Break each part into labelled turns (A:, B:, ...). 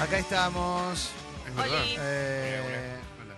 A: Acá estamos.
B: Es verdad.
C: Oli.
A: Eh,
B: Hola.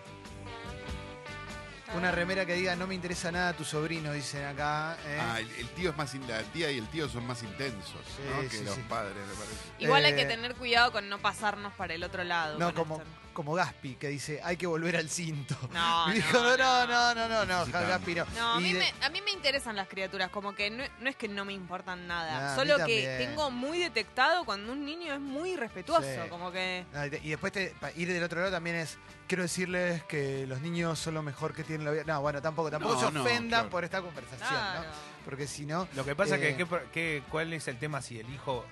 A: una remera que diga no me interesa nada tu sobrino, dicen acá. eh.
B: Ah, el, el tío es más in- la tía y el tío son más intensos,
A: Sí,
B: ¿no?
A: sí,
B: que los
A: sí.
B: padres, me parece.
C: Igual hay
A: Eh,
C: que tener cuidado con no pasarnos para el otro lado.
A: no,
C: con
A: como,
C: esto.
A: como Gaspi, que dice hay que volver al cinto.
D: Ah,
C: No,
A: Y
C: no,
A: dijo, no, no,
C: no.
A: no, no, no, no,
B: Necesitamos.
A: Gaspi no.
C: No, a
A: Y
C: mí,
A: de-
C: me, a mí me interesan las criaturas, como que no, no es que no me importan
A: Nah, a
C: nada,
A: mí
C: solo
A: también.
C: que tengo muy detectado cuando un niño es muy respetuoso,
A: Sí.
C: como que...
A: Ah, y de- Y después te- pa- ir del otro lado también es, quiero decirles que los niños son lo mejor que tienen la vida. No, bueno, tampoco, tampoco
B: No,
A: se
B: no,
A: ofendan
B: claro.
A: por esta conversación,
C: Claro.
A: ¿no? Porque si no,
D: Lo que pasa
A: Eh,
D: es que, ¿qué- qué- ¿cuál es el tema si el hijo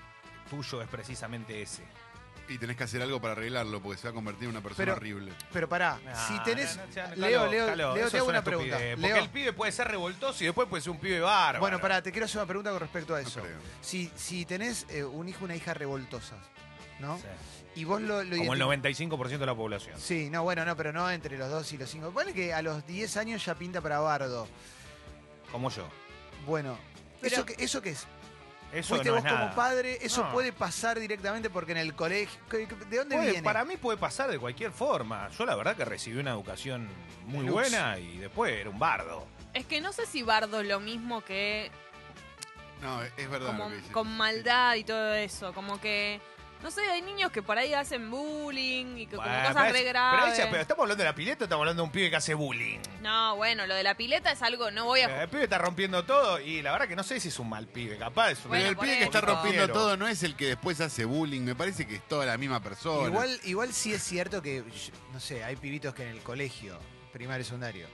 D: tuyo es precisamente ese?
B: Y tenés que hacer algo para arreglarlo porque se va a convertir en una persona
A: Pero-
B: horrible.
A: pero pará, si
D: Ah,
A: tenés...
D: no, no, ya,
A: Leo,
D: Calo,
A: Leo,
D: Calo,
A: Leo, te
D: eso es
A: hago una
D: estupidez,
A: pregunta.
D: Porque
A: Leo.
D: el pibe puede ser revoltoso y después puede ser un pibe bárbaro.
A: Bueno, pará, te quiero hacer una pregunta con respecto a
B: No
A: eso.
B: creo.
A: Si, si tenés eh, un hijo una hija revoltosas, ¿no?
D: Sí.
A: Y vos lo, lo
D: Como el
A: identificás-
D: 95% de la población.
A: Sí, no, bueno, no, pero no entre los dos y los cinco. Pone que a los 10 años ya pinta para Bardo.
D: Como yo.
A: Bueno,
C: Pero-
A: ¿eso, qué, ¿eso qué es?
D: Eso
A: Fuiste
D: no
A: vos
D: es nada.
A: como padre, eso
D: No.
A: puede pasar directamente porque en el colegio. ¿qué- qué- ¿De dónde
D: Puede-
A: viene?
D: para mí puede pasar de cualquier forma. Yo la verdad que recibí una educación muy
A: Deluxe.
D: buena y después era un bardo.
C: Es que no sé si bardo es lo mismo que
B: No, es es verdad.
C: como,
B: lo que dice.
C: con maldad y todo eso, como que... No sé, hay niños que por ahí hacen bullying y que como
D: Bueno,
C: cosas
D: pero
C: re
D: es- pero, ahí
C: graves.
D: se- pero estamos hablando de la pileta, o estamos hablando de un pibe que hace bullying.
C: No, bueno, lo de la pileta es algo, no voy a...
D: Eh, El pibe está rompiendo todo y la verdad que no sé si es un mal pibe, capaz. es un-
B: Pero
C: Bueno,
B: el
C: por
B: pibe que
C: eso.
B: está rompiendo
D: Pero-
B: todo no es el que después hace bullying. Me parece que es toda la misma persona.
A: Igual, igual sí es cierto que, yo- no sé, hay pibitos que en el colegio, primario y secundario,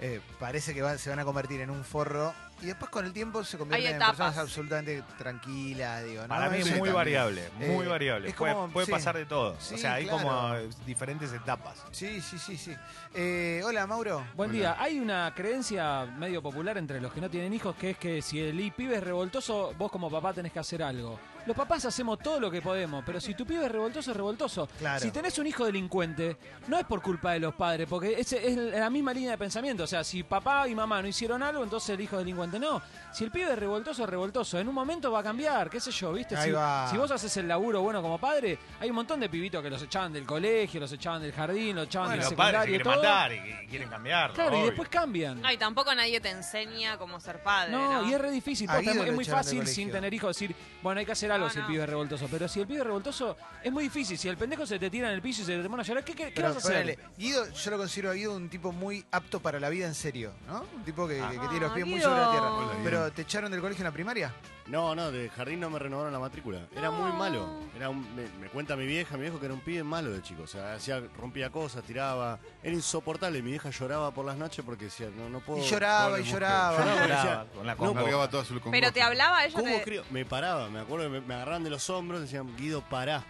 A: eh, parece que van- se van a convertir en un forro y después con el tiempo se convierten en
C: etapas.
A: personas absolutamente tranquilas, digo, ¿no?
D: Para mí es
B: Sí,
D: muy
B: también.
D: variable, muy
A: Eh,
D: variable.
A: es
D: puede
A: como-
D: puede
A: sí.
D: pasar de todo.
A: Sí,
D: o sea, hay
A: claro.
D: como eh, diferentes etapas.
A: Sí, sí, sí, sí. Eh, hola, Mauro.
E: Buen
B: Hola.
E: día. Hay una creencia medio popular entre los que no tienen hijos que es que si el i- pibe es revoltoso, vos como papá tenés que hacer algo. Los papás hacemos todo lo que podemos, pero si tu pibe es revoltoso, es revoltoso.
A: Claro.
E: Si tenés un hijo delincuente, no es por culpa de los padres, porque es, es la misma línea de pensamiento. O sea, si papá y mamá no hicieron algo, entonces el hijo es delincuente. No. Si el pibe es revoltoso, es revoltoso. En un momento va a cambiar, qué sé yo, ¿viste?
A: Ahí
E: si,
A: va.
E: si vos haces el laburo bueno como padre, hay un montón de pibitos que los echaban del colegio, los echaban del jardín, los echaban
D: Bueno,
E: del
D: los padres se
E: secundario, y
D: quieren
E: todo.
D: matar y, y quieren cambiarlo.
E: Claro, y
D: obvio.
E: después cambian.
C: No, y tampoco nadie te enseña cómo ser padre,
E: No,
C: ¿no?
E: y es re difícil.
A: A
E: posta, es
A: Guido
E: muy-
A: lo
E: es muy
A: echaron del
E: fácil
A: colegio.
E: sin tener hijos decir, bueno, hay que hacer algo
C: No,
E: si el
C: no.
E: pibe es revoltoso. Pero si el pibe es revoltoso, es muy difícil. Si el pendejo se te tira en el piso y se te pone a llorar, ¿qué, qué- qué
A: Pero,
E: vas a hacer?
A: ponele, Guido, yo lo considero a Guido un tipo muy apto para la vida en serio, ¿no? Un tipo que,
D: Ah.
A: que tiene los pies muy
C: Guido.
A: sobre la tierra.
B: Hola, Guido.
A: Pero te echaron del colegio en la primaria.
F: No, no, de jardín no me renovaron la matrícula. Era muy
C: No.
F: malo. Era un- me, me cuenta mi vieja, mi viejo que era un pibe malo de chico. O sea, hacía, rompía cosas, tiraba. Era insoportable. Mi vieja lloraba por las noches porque decía, no, no puedo.
A: Y lloraba
B: pobre
A: y
B: mujer.
A: lloraba.
F: Lloraba.
D: Con la-
F: decía,
D: con la
F: no,
D: congoja.
B: Largaba todo azul con
C: Pero te hablaba ella
F: ¿Cómo
C: de...
F: creo? Me paraba, me acuerdo que me, me agarraban de los hombros y decían, Guido, pará.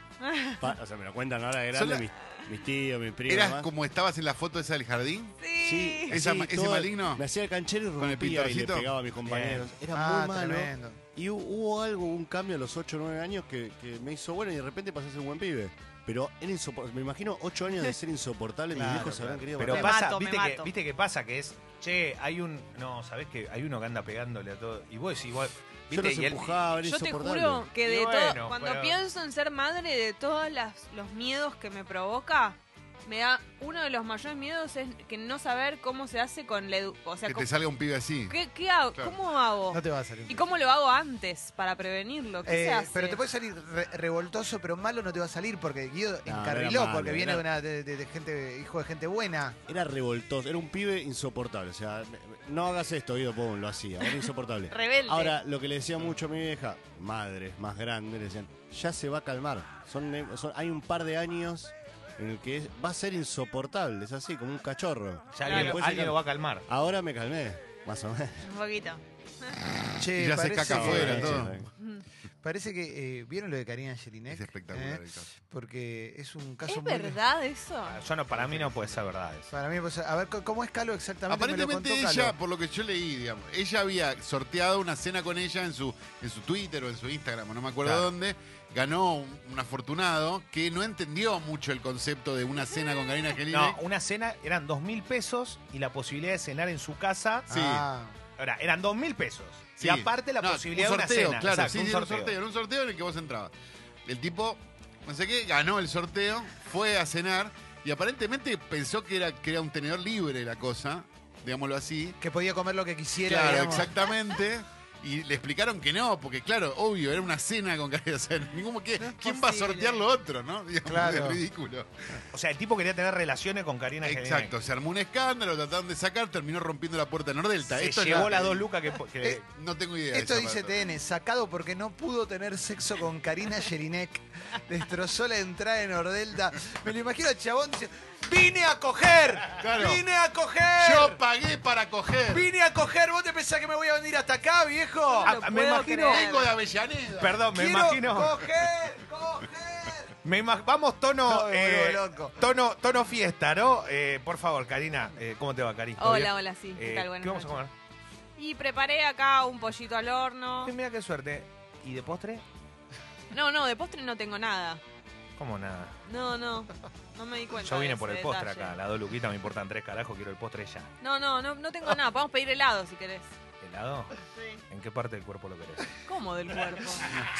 F: Pa- o sea, me lo cuentan ahora de
B: Son
F: grande,
B: la-
F: mis, mis tíos, mis primos.
B: ¿Eras
F: demás.
B: como estabas en la foto esa del jardín?
C: Sí.
F: Sí,
B: ¿Esa-
F: sí,
B: ese
F: todo-
B: maligno?
F: Me hacía el canchero y
B: el
F: rompía y le
B: pintorcito?
F: pegaba a mis compañeros. Era
A: Ah,
F: muy malo.
A: tremendo.
F: Y hu- hubo algo, un cambio a los 8 o 9 años que, que me hizo bueno y de repente pasé a ser un buen pibe. Pero era insopor- me imagino 8 años de ser insoportable,
A: Claro,
F: mis viejos se habrán querido
D: Pero
C: Me
F: matar.
D: pasa,
C: mato, me
D: viste, que,
C: mato.
D: viste que pasa que es, che, hay un, no, sabés que hay uno que anda pegándole a todo. Y vos decís, igual,
F: Yo
D: viste,
F: los
D: y él-
F: empujaba, era
C: Yo te
F: insoportable.
C: juro que de
D: Y
C: todo,
D: bueno,
C: cuando
D: pero-
C: pienso en ser madre de todos las- los miedos que me provoca, me da uno de los mayores miedos es que no saber cómo se hace con la edu- o sea,
B: Que
C: cómo-
B: te salga un pibe así.
C: ¿qué, qué hago?
B: Claro.
C: ¿Cómo hago?
A: No te va a salir.
C: ¿Y cómo lo hago antes para prevenirlo? ¿Qué
A: Eh,
C: se hace?
A: pero te puede salir re- revoltoso, pero malo no te va a salir porque Guido
F: era
A: encarriló,
F: malo,
A: porque viene
F: era-
A: de una- de, de- de gente, hijo de gente buena.
F: Era revoltoso, era un pibe insoportable. O sea, me- no hagas esto, Guido Pum, lo hacía, era insoportable.
C: Rebelde.
F: Ahora, lo que le decía mucho a mi vieja, madre más grande, le decían, ya se va a calmar. Son, son- hay un par de años en el que es- va a ser insoportable, es así, como un cachorro.
D: ya
F: Y
D: alguien,
F: después se
D: alguien lo va a calmar.
F: calma. Ahora me calmé, más o menos.
C: Un poquito.
A: Che,
B: Y ya se
A: parece,
B: caca afuera,
F: Sí,
B: todo.
F: sí.
A: Parece que eh, vieron lo de Karina Jelinek.
B: Es espectacular
A: Eh,
B: el caso.
A: Porque es un caso
C: ¿Es
A: muy-
C: verdad eso?
D: Yo no, para mí no puede ser verdad eso.
A: Para mí, pues, a ver, ¿cómo es Calo exactamente? Me lo
B: Aparentemente
A: contó
B: ella,
A: Calo.
B: por lo que yo leí, digamos, ella había sorteado una cena con ella en su, en su Twitter o en su Instagram, o no me acuerdo
D: Claro.
B: dónde, ganó un, un afortunado que no entendió mucho el concepto de una cena con Karina Angelina.
D: No, una cena eran dos mil pesos y la posibilidad de cenar en su casa.
B: Sí.
A: Ah.
D: Ahora, eran dos mil pesos.
B: Sí.
D: Y aparte la
B: No,
D: posibilidad
B: un sorteo,
D: de una cena.
B: Claro,
D: Exacto,
B: sí,
D: un
B: sí, era
D: sorteo.
B: era un sorteo en el que vos entrabas. El tipo no sé qué, ganó el sorteo, fue a cenar y aparentemente pensó que era, que era un tenedor libre la cosa, digámoslo así.
A: Que podía comer lo que quisiera.
B: claro,
A: digamos.
B: exactamente. Y le explicaron que no, porque claro, obvio, era una cena con carne. O sea, ningún- ¿qué-
C: No es
B: ¿quién va a
C: posible.
B: sortear lo otro, no? Digamos,
A: Claro.
B: Es ridículo.
D: O sea, el tipo quería tener relaciones con Karina
B: Exacto, se armó un escándalo, trataron de sacar, terminó rompiendo la puerta de Nordelta.
D: Se
B: Esto es
D: llevó
B: la-
D: las dos lucas que... que-
B: Eh, no tengo idea. de
A: Esto
B: esa
A: dice
B: parte.
A: TN, sacado porque no pudo tener sexo con Karina Jelinek. Destrozó la entrada en Ordelta. Me lo imagino al chabón diciendo, ¡Vine a coger!
B: Claro.
A: ¡Vine a coger!
B: Yo pagué para coger.
A: ¡Vine a coger! ¿Vos te pensás que me voy a venir hasta acá, viejo?
D: Ah, me
C: puedo
D: imagino-
C: creer.
B: Vengo de Avellaneda.
D: Perdón, me
A: Quiero
D: imagino...
A: ¡Coger! ¡Coger!
D: me ima- Vamos tono...
A: No, me
D: eh,
A: vuelvo loco.
D: tono, tono fiesta, ¿no? Eh, por favor, Karina, eh, ¿cómo te va, Karina? ¿Todo bien?
C: Hola, hola, sí. ¿Qué
D: Eh,
C: tal? Buenas
D: ¿Qué vamos a
C: noches.
D: comer?
C: Y preparé acá un pollito al horno.
D: Sí, mira qué suerte. ¿Y de postre?
C: No, no, de postre no tengo nada.
D: Como nada.
C: No, no. No me di cuenta.
D: Yo vine
C: de
D: por el
C: ese
D: postre
C: detalle.
D: acá. Las dos luquitas me importan tres carajos, quiero el postre ya.
C: No, no, no, no tengo nada. Podemos pedir helado si querés.
D: ¿Helado? ¿En qué parte del cuerpo lo querés?
C: ¿Cómo del cuerpo?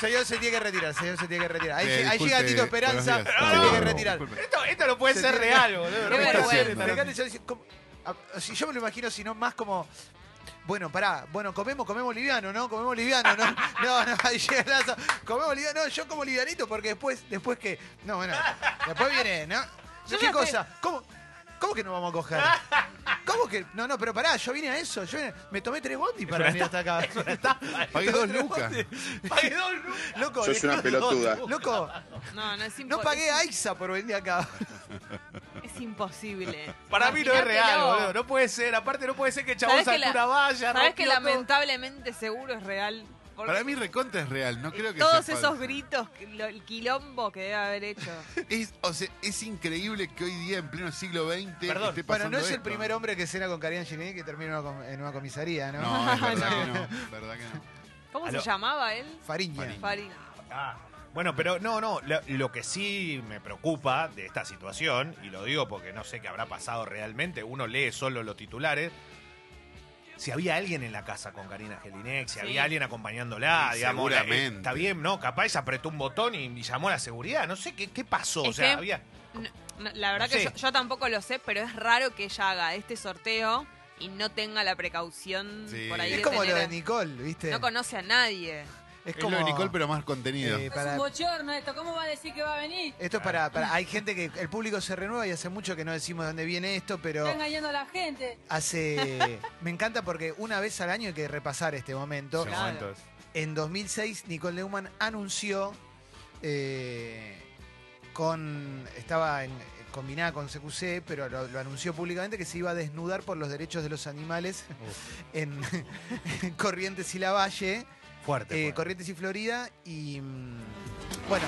A: Señor se tiene que retirar, señor se tiene que retirar. Ahí,
B: Eh,
A: ahí
B: disculpe,
A: llega Tito Esperanza, se
B: buenos días.
A: tiene que
B: No,
A: retirar.
B: disculpe.
D: Esto, esto no puede
A: Se
D: ser
A: tiene-
D: real, boludo.
C: Qué
D: No puede
C: vergüenza.
D: ser.
A: Pero acá el señor dice, ¿cómo? A- o sea, Yo me lo imagino, si no más como. Bueno, pará, bueno, comemos, comemos liviano, ¿no? Comemos liviano, ¿no? No, no, ahí llega el lazo. Comemos liviano, no, yo como livianito porque después, después que. No, bueno, después viene, ¿no?
C: Yo
A: ¿Qué
C: ya
A: cosa? ¿Cómo, ¿Cómo que no vamos a coger? ¿Cómo que? No, no, pero pará, yo vine a eso, yo vine- me tomé tres bondi para venir hasta acá.
B: Pagué dos lucas.
D: Pagué dos lucas.
A: Loco,
G: Sos una
A: loco,
G: pelotuda.
A: Loco,
C: No, no es imposible.
A: no pagué a Aixa por venir acá.
C: Es imposible.
D: Para mí no es real,
C: Imaginátelo.
D: boludo. No puede ser. Aparte, no puede ser que el chabón
C: ¿Sabés que
D: saltó
C: la-
D: una valla.
C: Sabes que
D: rompió todo.
C: lamentablemente seguro es real. Porque
B: Para mí recontra es real, no creo que
C: todos
B: sea
C: esos
B: falso.
C: gritos, lo- el quilombo que debe haber hecho.
B: Es, o sea, es increíble que hoy día, en pleno siglo XX,
D: Perdón.
B: esté
A: Bueno, no
B: pasando
A: es el
B: esto.
A: primer hombre que cena con Karina Giné que termina en una com- en una comisaría, ¿no?
B: No, es verdad
C: No.
B: que no. verdad que no.
C: ¿Cómo
D: Aló.
C: se llamaba él?
A: Fariña.
C: Farina.
D: Ah, bueno, pero no, no. Lo, lo que sí me preocupa de esta situación, y lo digo porque no sé qué habrá pasado realmente, uno lee solo los titulares. Si había alguien en la casa con Karina Gelinek, si
C: Sí.
D: había alguien acompañándola,
B: Sí,
D: digamos. la-
B: seguramente.
D: Está bien, ¿no? Capaz ella apretó un botón y, y llamó a la seguridad. No sé qué, qué pasó. o
C: Es
D: sea,
C: que-
D: había.
C: No, no, la verdad
D: Sí.
C: que yo, yo tampoco lo sé, pero es raro que ella haga este sorteo y no tenga la precaución
B: Sí.
C: por ahí.
A: Es
C: de
A: como
C: tener
A: lo de
C: a-
A: Nicole, ¿viste?
C: No conoce a nadie.
B: Es lo de Nicole, pero más contenido.
A: eh,
H: Es
A: para-
H: un bochorno esto, ¿cómo va a decir que va a venir?
A: esto es para, para- Hay gente que. El público se renueva y hace mucho que no decimos de dónde viene esto, pero.
H: Está engañando a la gente.
A: Hace. Me encanta porque una vez al año hay que repasar este momento.
C: Claro.
A: En 2006, Nicole Neumann anunció. eh, con. Estaba en- combinada con CQC, pero lo, lo anunció públicamente que se iba a desnudar por los derechos de los animales en, en Corrientes y la Valle.
D: Fuerte.
A: eh,
D: fuerte.
A: Corrientes y Florida y mm, bueno,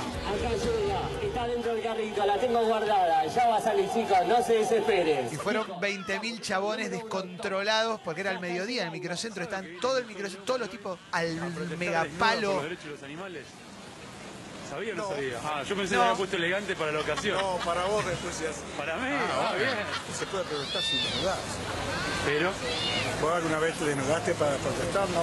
I: Está dentro del carrito, la tengo guardada. Ya va a salir, chicos, no se desesperen.
A: y fueron 20.000 chabones descontrolados porque era el mediodía en el microcentro, están todo el microcentro, todos los tipos al megapalo.
J: derechos de los animales? ¿Sabía o no, sabía? Ah, yo pensé que había puesto elegante para la ocasión. No, para vos después se hace. Para mí, ah, bien. Se puede protestar sin desnudar. ¿Pero? ¿Vos alguna vez te desnudaste para protestar? No.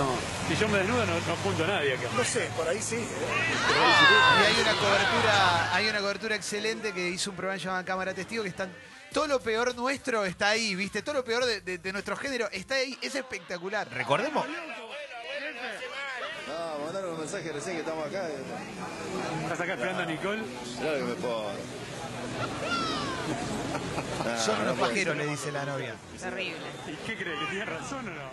J: No. Si yo me desnudo no, no apunto a nadie acá. No sé, por ahí sí. ¿eh?
A: Y hay una cobertura, hay una cobertura excelente que hizo un programa llamado Cámara Testigo que están todo lo peor nuestro está ahí, ¿viste? Todo lo peor de, de- de nuestro género está ahí, es espectacular.
D: Recordemos,
G: Ah, mandaron un mensaje recién que estamos acá.
J: ¿Estás acá esperando a Nicole?
G: Claro que me puedo.
A: Son unos pajeros, le dice la novia.
C: Terrible.
J: ¿Y qué crees? ¿Que tiene razón o no?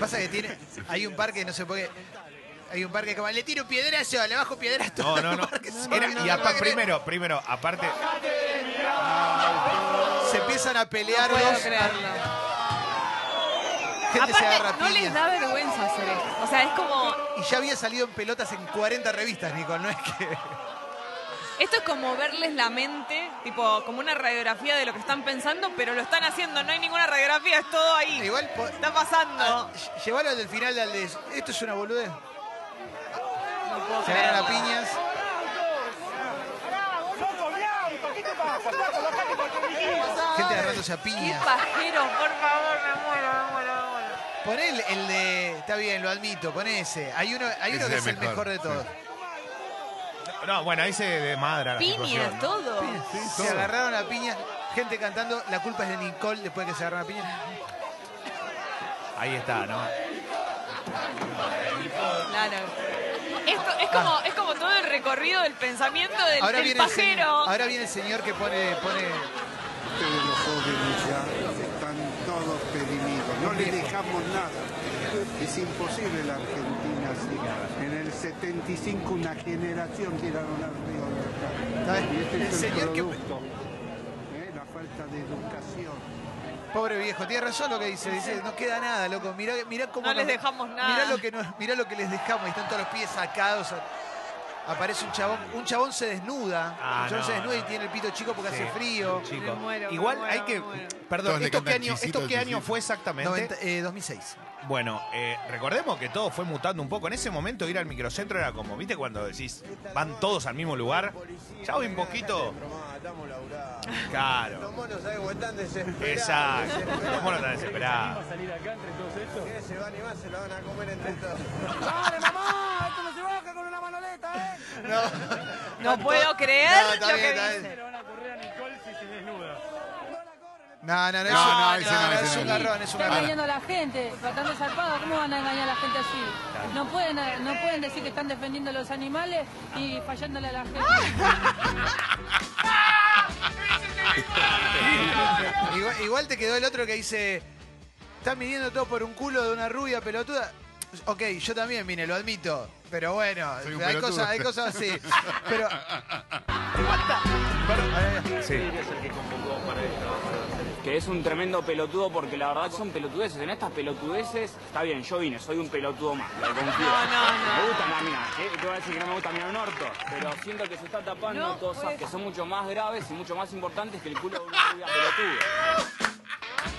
A: Pasa que tiene, hay un parque, no sé por qué. Hay un parque como, le tiro piedrazo, le bajo piedrazo.
D: No, no, no. Era- y aparte, primero, primero, aparte,
A: Se empiezan a pelear
C: No puedo
A: dos,
C: creerlo.
A: gente se agarra
C: Aparte,
A: a
C: no les
A: piñas.
C: da vergüenza hacer esto. O sea, es como.
A: Y ya había salido en pelotas en 40 revistas, Nicole, no es que.
C: Esto es como verles la mente, tipo, como una radiografía de lo que están pensando, pero lo están haciendo. No hay ninguna radiografía, es todo ahí.
A: Igual po-
C: Está pasando.
A: Ah, ll- Llevarlo al del final al de. Esto es una boludez.
C: No puedo
A: Se agarran a
C: creerlo.
A: piñas. Gente agarrándose a
C: ¡Qué
A: piñas.
C: pajeros, por favor! Me muero, me muero, me muero.
A: Pon el, el de. Está bien, lo admito, pon ese. Hay uno, hay uno
B: Ese
A: que es
B: es
A: el
B: mejor,
A: mejor de todos.
D: No, bueno, ahí se desmadra la
C: Piñas,
D: situación.
C: todo.
A: Se agarraron a piña, gente cantando, la culpa es de Nicole después de que se agarraron a piña.
D: Ahí está, ¿no?
C: Claro. Esto es como, es como todo el recorrido del pensamiento del,
A: Ahora
C: del
A: viene, el señor,
C: pajero.
A: ahora viene el señor que pone, pone
K: Ustedes los jóvenes ya están todos pedimidos, no le dejamos nada. Es imposible la Argentina así. En el 75 una generación tiraron al río de acá.
A: ¿Sabes?
K: Y este
A: El
K: es el
A: señor que-
K: producto. ¿eh? La falta de educación.
A: Pobre viejo, tiene razón lo que dice, dice, no queda nada, loco. Mirá, mirá cómo
C: No les
A: nos-
C: dejamos nada.
A: Mirá lo que nos- mirá lo que les dejamos, y están todos los pies sacados. Aparece un chabón, un chabón se desnuda,
D: Ah,
A: un chabón
D: no,
A: se desnuda
D: no.
A: y tiene el pito chico porque
D: Sí.
A: hace frío.
D: Chico.
C: Me muero, me
D: Igual
C: muero,
D: hay
C: me
D: que.
C: muero.
B: Todos
D: Perdón,
B: le
D: ¿esto qué
B: cantan
D: año,
B: chisito,
D: esto qué año
B: chisito.
D: fue exactamente?
A: Noventa- eh, 2006.
D: Bueno, eh, recordemos que todo fue mutando un poco. En ese momento ir al microcentro era como, ¿viste? Cuando decís, van todos al mismo lugar. Ya hoy un poquito. Claro.
G: monos, ¿sabes cómo están desesperados?
D: Exacto. ¿Cómo no tan desesperado?
J: salir acá entre todos estos?
G: Que se van y más se lo van a comer entre todos.
I: mamá! ¡Esto no se baja con una manoleta, eh!
C: No puedo creer
A: No, está
C: lo
A: bien,
C: que
A: está
C: dice.
A: bien.
J: Pero van a correr a Nicole si se desnuda.
A: No, no, no,
B: No, no,
A: es,
B: ese no, ese
A: es
B: no.
A: un garrón, es un
H: Están
A: garrón.
H: engañando a la gente, tratando de zarpado, ¿cómo van a engañar a la gente así? No pueden, no pueden decir que están defendiendo a los animales y fallándole a la gente.
A: Igual, igual te quedó el otro que dice, estás midiendo todo por un culo de una rubia pelotuda. Ok, yo también vine, lo admito. Pero bueno,
B: Soy un
A: hay
B: pelotudo.
A: cosas, hay cosas así. Pero
I: Que es un tremendo pelotudo porque la verdad son pelotudeces. En estas pelotudeces, está bien, yo vine, soy un pelotudo más. Lo confieso.
C: No, no, no.
I: Me gusta la mina, ¿eh? Te voy a decir que no me gusta mirar un orto. Pero siento que se está tapando
C: No,
I: cosas
C: pues.
I: que son mucho más graves y mucho más importantes que el culo de una rubia pelotuda.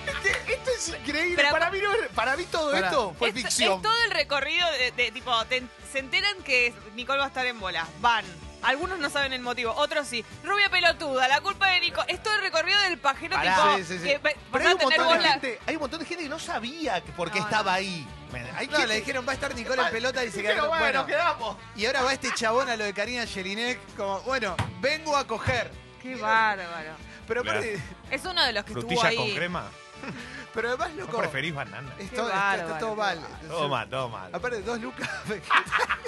D: Este, Esto es increíble.
C: Pero-
D: para, mí no- para mí todo
A: Pará.
D: esto fue
C: es,
D: ficción.
C: es todo el recorrido de, de- tipo, te- se enteran que Nicole va a estar en bola. Van. Algunos no saben el motivo, otros sí. Rubia pelotuda, la culpa de Nico. Es todo el recorrido del pajero
D: Pará.
C: tipo,
A: Sí, sí, sí.
C: que va-
D: Pero
C: vas
D: hay
C: a
D: un,
C: tener
D: montón de
C: bola.
D: gente, hay un montón de gente que no sabía que por qué
C: No,
D: estaba
C: no.
D: ahí. Hay
A: no,
D: gente-
A: le dijeron va a estar Nicole en pelota y se
D: Pero
A: quedaron.
D: bueno,
A: Bueno,
D: quedamos.
A: y ahora va este chabón a lo de Karina Jelinek como, bueno, vengo a coger.
C: Qué bárbaro.
A: Pero aparte-
C: Es uno de los que estuvo
D: Frutilla
C: ahí.
D: con crema.
A: pero además
D: ¿No
A: loco.
D: preferís banana?
A: es
C: Qué
A: todo- está, está
C: bárbaro,
A: todo
C: qué
A: mal.
D: Todo mal, todo mal.
A: Aparte, dos lucas.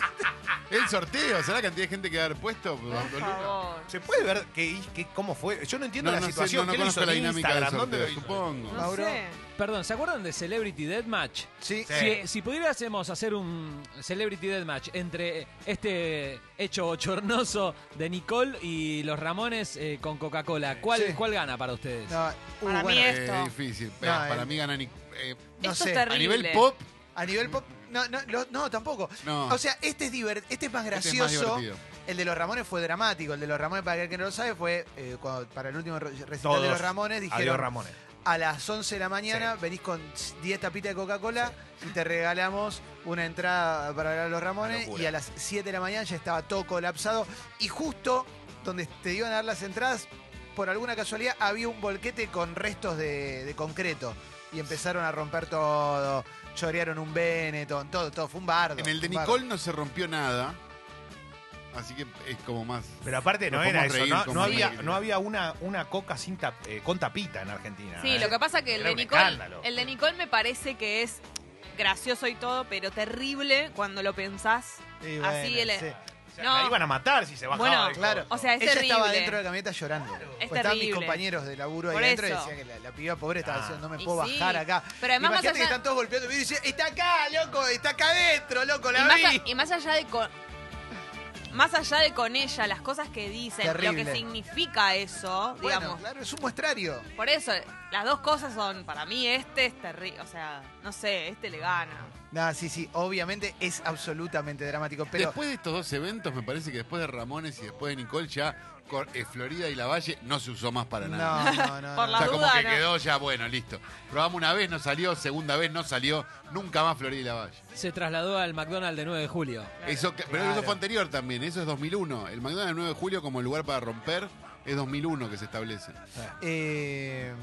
B: El sorteo, ¿será la cantidad de gente que va a haber puesto?
C: Por favor.
D: ¿Se puede ver qué, qué- cómo fue? Yo no entiendo la
B: sé,
D: situación.
B: no, no
D: ¿Qué le
B: conozco
D: hizo
B: la
D: en
B: dinámica del
D: Instagram? ¿Dónde
B: sorteo,
D: lo hizo?
B: supongo.
C: No
A: Mauro.
C: sé.
E: Perdón, ¿se acuerdan de Celebrity Deathmatch?
A: Sí.
E: Si, si pudiéramos hacer un Celebrity Deathmatch entre este hecho bochornoso de Nicole y los Ramones eh, con Coca-Cola, ¿cuál,
A: Sí.
E: cuál gana para ustedes?
A: No, uh,
C: Para mí
A: bueno,
C: es-
B: Eh,
C: Esto.
B: difícil. Eh,
A: No,
B: para
A: eh.
B: mí gana Nic- eh,
A: No
C: Esto
A: sé,
C: es
A: a
B: A
C: terrible.
B: nivel pop,
A: A nivel pop. No, no, lo- no, tampoco.
B: No.
A: O sea, este es, diver- este es más
B: Este es
A: gracioso.
B: más divertido.
A: el de los Ramones fue dramático. El de los Ramones, para aquel que no lo sabe, fue eh, cuando para el último re- recital de los
D: Todos.
A: Ramones
D: Adiós,
A: dijeron
D: Ramones.
A: a las 11 de la mañana venís con 10 tapitas de Coca-Cola y te regalamos una entrada para ver a los Ramones
D: Una locura.
A: y a las 7 de la mañana ya estaba todo colapsado y justo donde te iban a dar las entradas, por alguna casualidad había un volquete con restos de, de concreto y empezaron a romper todo, chorearon un Benetton, todo, todo, fue un bardo.
B: en el de
A: fue un bardo.
B: Nicole no se rompió nada. Así que es como más.
D: Pero aparte no
B: Nos
D: era
B: podemos
D: eso,
B: reír
D: no,
B: con
D: no había,
B: Manuel.
D: no había una, una coca sin tap- eh, con tapita en Argentina.
C: Sí,
D: ¿eh?
C: lo que pasa que el
D: Era
C: de
D: un
C: Nicole,
D: escándalo.
C: el de Nicole me parece que es gracioso y todo, pero terrible cuando lo pensás.
A: Y
C: así
A: bueno,
C: el-
A: sí.
D: O sea,
C: no.
D: La iban a matar si se bajaba.
C: Bueno,
D: del
A: Claro.
D: coso.
C: O sea, es
A: Ella
C: terrible.
A: estaba dentro de la camioneta llorando.
C: Es
A: Pues estaban mis
C: terrible.
A: compañeros de laburo ahí
C: Por
A: adentro y
C: eso.
A: decían que la, la piba pobre estaba
D: Ah.
A: diciendo, no me
C: Y
A: puedo
C: sí.
A: bajar acá.
C: Pero además
A: Imagínate
C: más allá-
A: que están todos golpeando el vidrio y dicen, está acá, loco, está acá adentro, loco,
C: y,
A: la
C: más a-
A: vi.
C: y más allá de con, más allá de con ella, las cosas que dicen,
A: Terrible.
C: lo que significa eso,
A: Bueno,
C: digamos.
A: claro, es un muestrario.
C: Por eso, las dos cosas son, para mí, este es terrible. O sea, no sé, este le gana.
A: Nada, sí, sí, obviamente es absolutamente dramático, pero
B: Después de estos dos eventos, me parece que después de Ramones y después de Nicole, ya cor- eh, Florida y Lavalle no se usó más para
A: no,
B: nada.
A: no, no.
C: Por
A: no.
B: O sea,
C: La
B: como
C: duda,
B: que
C: no.
B: quedó ya, bueno, listo. Probamos una vez, no salió, segunda vez no salió, nunca más Florida y Lavalle.
E: Se trasladó al McDonald's de 9 de julio.
B: Eso, que- Pero eso fue anterior también, eso es 2001. El McDonald's del 9 de julio como lugar para romper es 2001 que se establece.
A: Eh,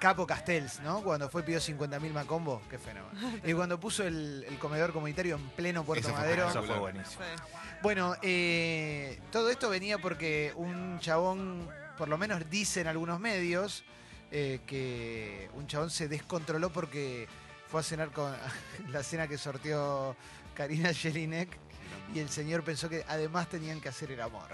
A: Capo Castells, ¿no? Cuando fue pidió 50.000 Macombo, qué fenómeno. Y cuando puso el, el comedor comunitario en pleno Puerto
D: Eso fue
A: Madero.
D: espectacular. Eso fue buenísimo.
A: Bueno, eh, todo esto venía porque un chabón, por lo menos dicen algunos medios, eh, que un chabón se descontroló porque fue a cenar con la cena que sorteó Karina Jelinek y el señor pensó que además tenían que hacer el amor.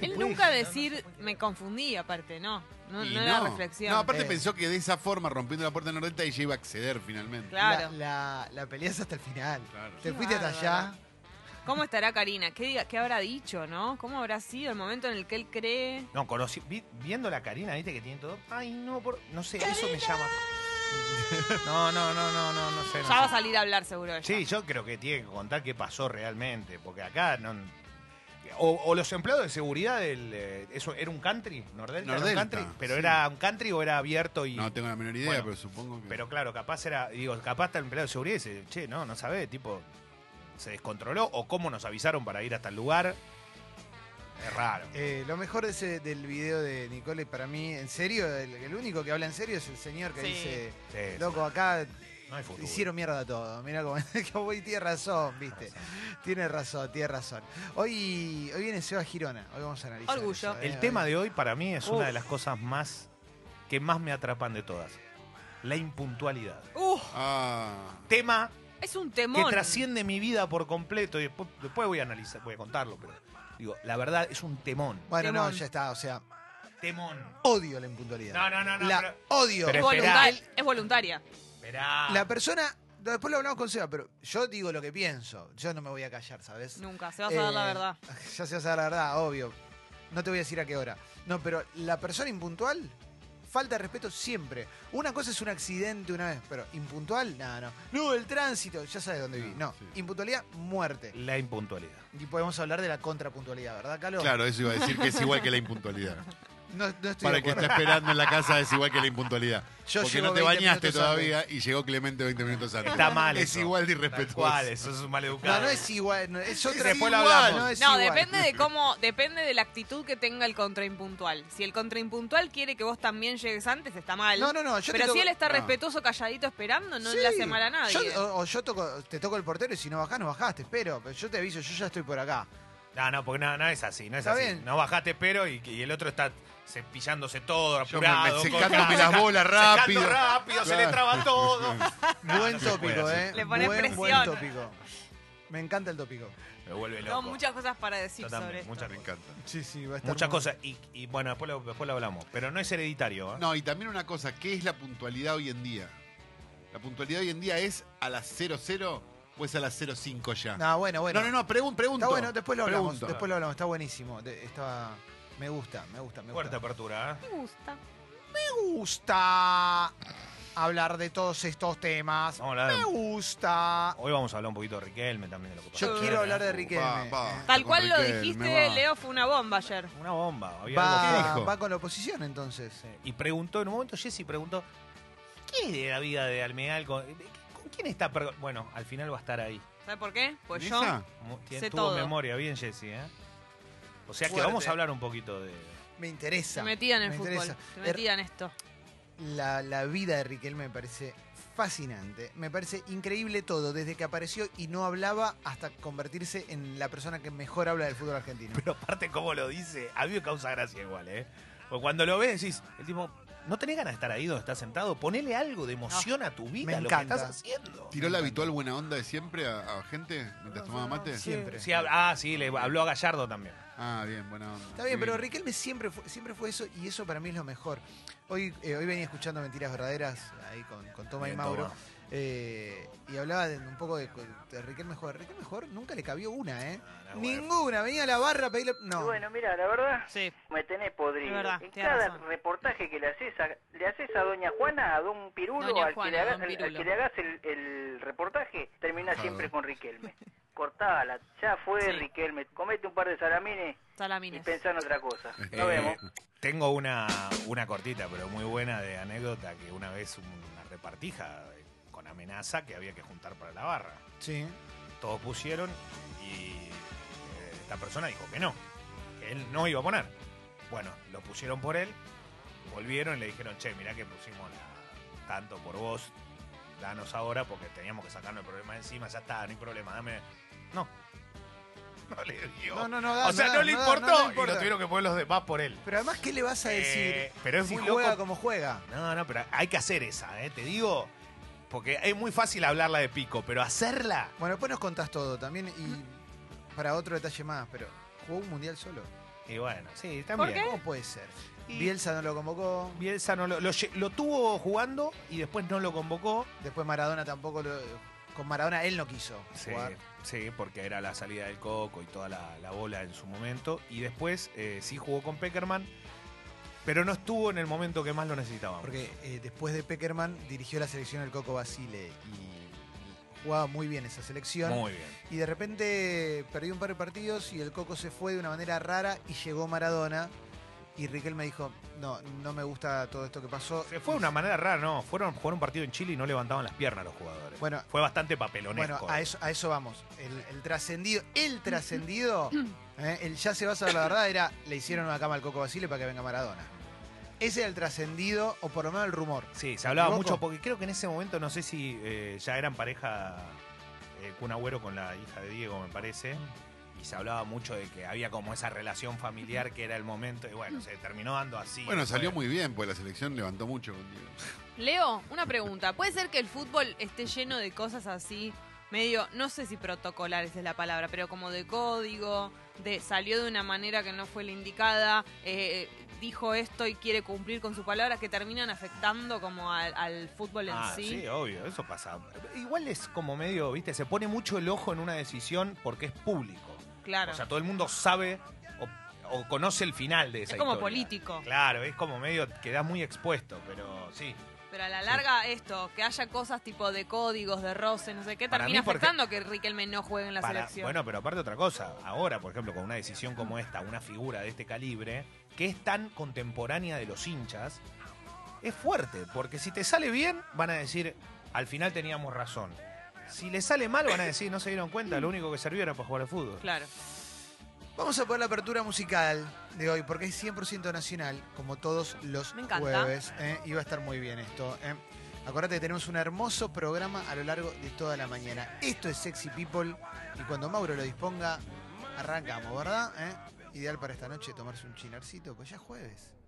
C: Él nunca decir, me confundí, aparte, no. No,
B: Y
C: no era reflexión.
B: No, aparte
A: Eh.
B: pensó que de esa forma, rompiendo la puerta de Nordelta, ella iba a acceder finalmente.
C: Claro.
A: La, la, la peleas hasta el final.
B: Claro.
A: Te
C: Qué
A: fuiste hasta allá.
C: bárbaro. ¿Cómo estará Karina? ¿Qué, diga- ¿Qué habrá dicho, no? ¿Cómo habrá sido el momento en el que él cree?
D: No, conocí, vi- viendo la Karina, viste que tiene todo. Ay, no, por, no sé, eso me llama. No, no, no, no, no, no sé. no
C: Ya va a
D: sé.
C: salir a hablar seguro. ella.
D: Sí, yo creo que tiene que contar qué pasó realmente, porque acá no. O, o los empleados de seguridad del. eh, eso ¿Era un country? ¿Nordelta? era un
B: Nordelta,
D: country? ¿Pero
B: sí.
D: era un country o era abierto y.?
B: No tengo la menor idea,
D: Bueno,
B: pero supongo que.
D: Pero claro, capaz era. Digo, capaz está el empleado de seguridad y dice, che, no, no sabe, tipo. ¿Se descontroló o cómo nos avisaron para ir hasta el lugar? Es raro.
A: Eh, lo mejor de ese- del video de Nicole para mí, en serio, el, el único que habla en serio es el señor que
C: Sí.
A: dice,
D: Sí,
A: loco, acá
D: no hay futuro.
A: hicieron mierda todo. Mira cómo que tiene razón, viste. Tiene razón, tiene razón. Hoy, hoy viene Seba Girona, hoy vamos a analizar.
C: Orgullo.
A: eso, ¿eh?
D: El tema de hoy para mí es una
C: Uf.
D: de las cosas más que más me atrapan de todas. La impuntualidad.
C: Uh,
B: Ah,
D: Tema
C: es un
D: que
C: temor.
D: trasciende mi vida por completo y después, después voy a analizar, voy a contarlo, pero digo, la verdad es un temón.
A: Bueno, no,
C: Temón.
A: ya está, o sea,
D: Temón.
A: odio la impuntualidad.
D: No, no, no, no.
A: la
D: pero-
A: odio.
C: Es,
D: Pero
C: voluntar-
D: esperá.
C: es voluntaria.
D: Esperá.
A: La persona, no, después lo hablamos con Seba, pero yo digo lo que pienso, yo no me voy a callar, ¿sabes?
C: Nunca. Se va a saber la
A: Eh,
C: verdad.
A: Ya se va a saber la verdad, obvio. No te voy a decir a qué hora. No, pero la persona impuntual, falta de respeto siempre. Una cosa es un accidente una vez, pero impuntual, nada, no. No, el tránsito, ya sabes dónde viví. No, impuntualidad, muerte.
D: La impuntualidad.
A: Y podemos hablar de la contrapuntualidad, ¿verdad, Calo?
B: claro, eso iba a decir que es igual que la impuntualidad.
A: No, no estoy
B: Para
A: de
B: el que
A: acuerdo.
B: está esperando en la casa es igual que la impuntualidad.
A: Yo
B: Porque
A: llego
B: no te
A: 20
B: bañaste
A: minutos
B: todavía y llegó Clemente 20 minutos antes.
D: Está mal.
B: Es
D: eso.
B: igual de
D: Tal
B: irrespetuoso.
D: cual, eso es un maleducado.
A: No, no es igual, no, es otra.
D: después lo
A: igual,
D: hablamos.
A: No, es
C: No,
A: igual.
C: depende de cómo, depende de la actitud que tenga el contraimpuntual. Si el contraimpuntual quiere que vos también llegues antes, está mal.
A: No, no, no, yo te
C: Pero
A: toco-
C: si él está
B: no.
C: respetuoso, calladito, esperando, no
A: Sí.
C: le hace mal a nadie.
A: Yo- Oh. o, o yo toco, te toco el portero y si no bajás, no bajás, te espero. Pero yo te aviso, yo ya estoy por acá.
D: No, no, porque no, no es así, no es
A: Está
D: así.
A: bien.
D: No bajaste, pero y, y el otro está cepillándose todo,
B: Yo me- me
D: apurado.
B: secándome
D: cortado,
B: las
D: seca-
B: bolas rápido.
D: secando rápido, se le traba todo. No,
A: buen
D: Ah, no se puede
A: tópico,
D: así.
A: ¿eh?
C: Le pones
A: buen, buen
C: presión.
A: tópico. Me encanta el tópico.
D: Me vuelve loco.
C: Tengo muchas cosas para decir
D: Yo
C: sobre
D: también,
C: esto.
D: muchas
B: Me encanta.
A: Sí, sí, va a
D: Muchas cosas. Y, y bueno, después lo, después lo hablamos. Pero no es hereditario, ¿eh?
B: No, y también una cosa, ¿qué es la puntualidad hoy en día? ¿La puntualidad hoy en día es a las 00 o es a las 05 ya?
A: No, bueno, bueno.
B: no, no, no, pregun- pregunto.
A: Está bueno, después lo hablamos.
B: Pregunto.
A: Después lo hablamos, está buenísimo. De- está... Me gusta, me gusta, me
D: Fuerte pues.
A: gusta.
D: apertura, ¿eh?
C: Me gusta.
A: Me gusta hablar de todos estos temas.
D: Vamos a hablar-
A: Me gusta.
D: Hoy vamos a hablar un poquito de Riquelme también de lo que pasó.
A: Yo quiero hablar de Riquelme.
B: Va, va.
C: Tal cual lo
B: Riquelme,
C: dijiste,
B: va.
C: Leo, fue una bomba ayer.
D: Una bomba. Había algo
B: ¿Qué
A: Va,
B: dijo?
A: va con la oposición entonces.
D: fuerte. Y preguntó, en un momento Jesse preguntó, ¿qué es de la vida de Almeal? ¿Con, de- con quién está? per- Bueno, al final va a estar ahí.
C: ¿Sabes por qué? Pues yo.
B: ¿Nisa?
D: Mu- tiene-
C: Sé
D: tuvo
C: todo.
D: memoria, bien Jesse, ¿eh? O sea que
A: Fuerte.
D: vamos a hablar un poquito de...
A: Me interesa.
C: Se metía en el
A: me
C: fútbol.
A: interesa.
C: Se metía en esto.
A: La, la vida de Riquelme me parece fascinante. Me parece increíble todo, desde que apareció y no hablaba hasta convertirse en la persona que mejor habla del fútbol argentino.
D: Pero aparte, como lo dice, a mí me causa gracia igual, ¿eh? Porque cuando lo ves decís, el tipo, ¿no tenés ganas de estar ahí donde estás sentado? Ponele algo de emoción a tu vida,
A: Me
D: lo que
A: encanta.
D: estás haciendo.
B: ¿Tiró la habitual buena onda de siempre a, a gente mientras tomaba mate?
A: Siempre.
D: Sí, hab- ah, sí, le habló a Gallardo también.
B: Ah, bien, buena onda.
A: Está bien,
B: Divino.
A: pero Riquelme siempre fue, siempre fue eso y eso para mí es lo mejor. Hoy, eh, hoy venía escuchando Mentiras Verdaderas ahí con, con Toma y
D: Bien,
A: Mauro.
D: Toma.
A: eh, y hablaba de- un poco de, de Riquelme Joder. Riquelme Joder nunca le cabió una, ¿eh?
D: Ah, no, bueno.
A: Ninguna. Venía a la barra a pedirle. No.
L: Bueno, mira, la verdad
C: Sí.
L: me tenés podrido.
C: Es verdad,
L: en
C: tiene
L: cada
C: razón.
L: reportaje que le haces a, le haces a Doña Juana, a Don Pirulo,
C: Doña
L: al, que
C: Juana,
L: le haga-
C: Don
L: al- al
C: Pirulo.
L: que le hagas el, el reportaje, termina
B: Joder.
D: Ah.
L: siempre con Riquelme. Cortala, ya fue
C: Sí.
L: Riquelme. Comete un par de salamines y
C: Salamines.
L: pensá en otra cosa. Nos
D: Eh,
L: vemos.
D: Tengo una, una cortita, pero muy buena de anécdota, que una vez una repartija eh, con amenaza que había que juntar para la barra.
A: Sí.
D: Todos pusieron y eh, esta persona dijo que no, que él no iba a poner. Bueno, lo pusieron por él volvieron y le dijeron, che, mirá que pusimos la- tanto por vos, danos ahora porque teníamos que sacarnos el problema de encima, ya está, no hay problema, dame. No. No le dio.
A: No, no, no da,
D: o sea,
A: no
D: no,
A: da,
D: le
A: no da, no
D: importó.
A: le
D: y
A: importa.
D: lo tuvieron que poner los demás por él.
A: Pero además, ¿qué le vas a decir?
D: Eh, pero es
A: si
D: muy
A: juega
D: loco.
A: como juega.
D: No, no, pero hay que hacer esa, ¿eh? te digo. Porque es muy fácil hablarla de pico, pero hacerla.
A: Bueno, después nos contás todo también y para otro detalle más, pero jugó un mundial solo.
D: Y bueno, sí, también.
A: ¿Cómo puede ser? Bielsa no lo convocó,
D: Bielsa no lo, lo lle- lo tuvo jugando y después no lo convocó.
A: después Maradona tampoco lo. Con Maradona él no quiso
D: Sí,
A: jugar.
D: sí, porque era la salida del coco y toda la, la bola en su momento. Y después eh, sí jugó con Peckerman, pero no estuvo en el momento que más lo necesitábamos.
A: Porque eh, después de Peckerman dirigió la selección el Coco Basile y jugaba muy bien esa selección.
D: Muy bien.
A: Y de repente perdió un par de partidos y el Coco se fue de una manera rara y llegó Maradona. Y Riquel me dijo, no, no me gusta todo esto que pasó.
D: Se fue de una manera rara, ¿no? Fueron jugar un partido en Chile y no levantaban las piernas los jugadores.
A: Bueno.
D: fue bastante papelonesco.
A: Bueno, a eso, a eso vamos. El, el trascendido, el trascendido, eh, el ya se va a saber la verdad, era le hicieron una cama al Coco Basile para que venga Maradona. Ese era el trascendido, o por lo menos el rumor.
D: Sí, se hablaba
A: ¿Me
D: mucho
A: equivoco?
D: porque creo que en ese momento no sé si eh, ya eran pareja eh, Kun Agüero con la hija de Diego, me parece. Y se hablaba mucho de que había como esa relación familiar que era el momento. Y bueno, se terminó dando así.
B: Bueno, salió
D: Fue-
B: muy bien, pues la selección levantó mucho contigo.
C: Leo, una pregunta. ¿Puede ser que el fútbol esté lleno de cosas así, medio, no sé si protocolares es la palabra, pero como de código, de salió de una manera que no fue la indicada, eh, dijo esto y quiere cumplir con su palabra, que terminan afectando como al, al fútbol en
D: Ah,
C: sí?
D: sí, obvio, eso pasa. Igual es como medio, viste, se pone mucho el ojo en una decisión porque es público.
C: Claro.
D: O sea, todo el mundo sabe o, o conoce el final de esa
C: es como
D: historia.
C: político.
D: Claro, es como medio, quedás muy expuesto, pero sí.
C: Pero a la larga esto, que haya cosas tipo de códigos, de roces, no sé qué,
D: Para
C: termina
D: mí porque-
C: afectando que Riquelme no juegue en la
D: Para-
C: selección.
D: Bueno, pero aparte otra cosa, ahora, por ejemplo, con una decisión como esta, una figura de este calibre, que es tan contemporánea de los hinchas, es fuerte, porque si te sale bien, van a decir, al final teníamos razón. Si le sale mal, van a decir, no se dieron cuenta, lo único que sirvió era para jugar al fútbol.
C: Claro.
A: Vamos a poner la apertura musical de hoy porque es 100% nacional, como todos los
C: Me encanta.
A: jueves. ¿eh? Y va a estar muy bien esto. ¿eh? Acordate que tenemos un hermoso programa a lo largo de toda la mañana. Esto es Sexy People y cuando Mauro lo disponga, arrancamos, ¿verdad? ¿Eh? Ideal para esta noche tomarse un chinarcito, pues ya es jueves.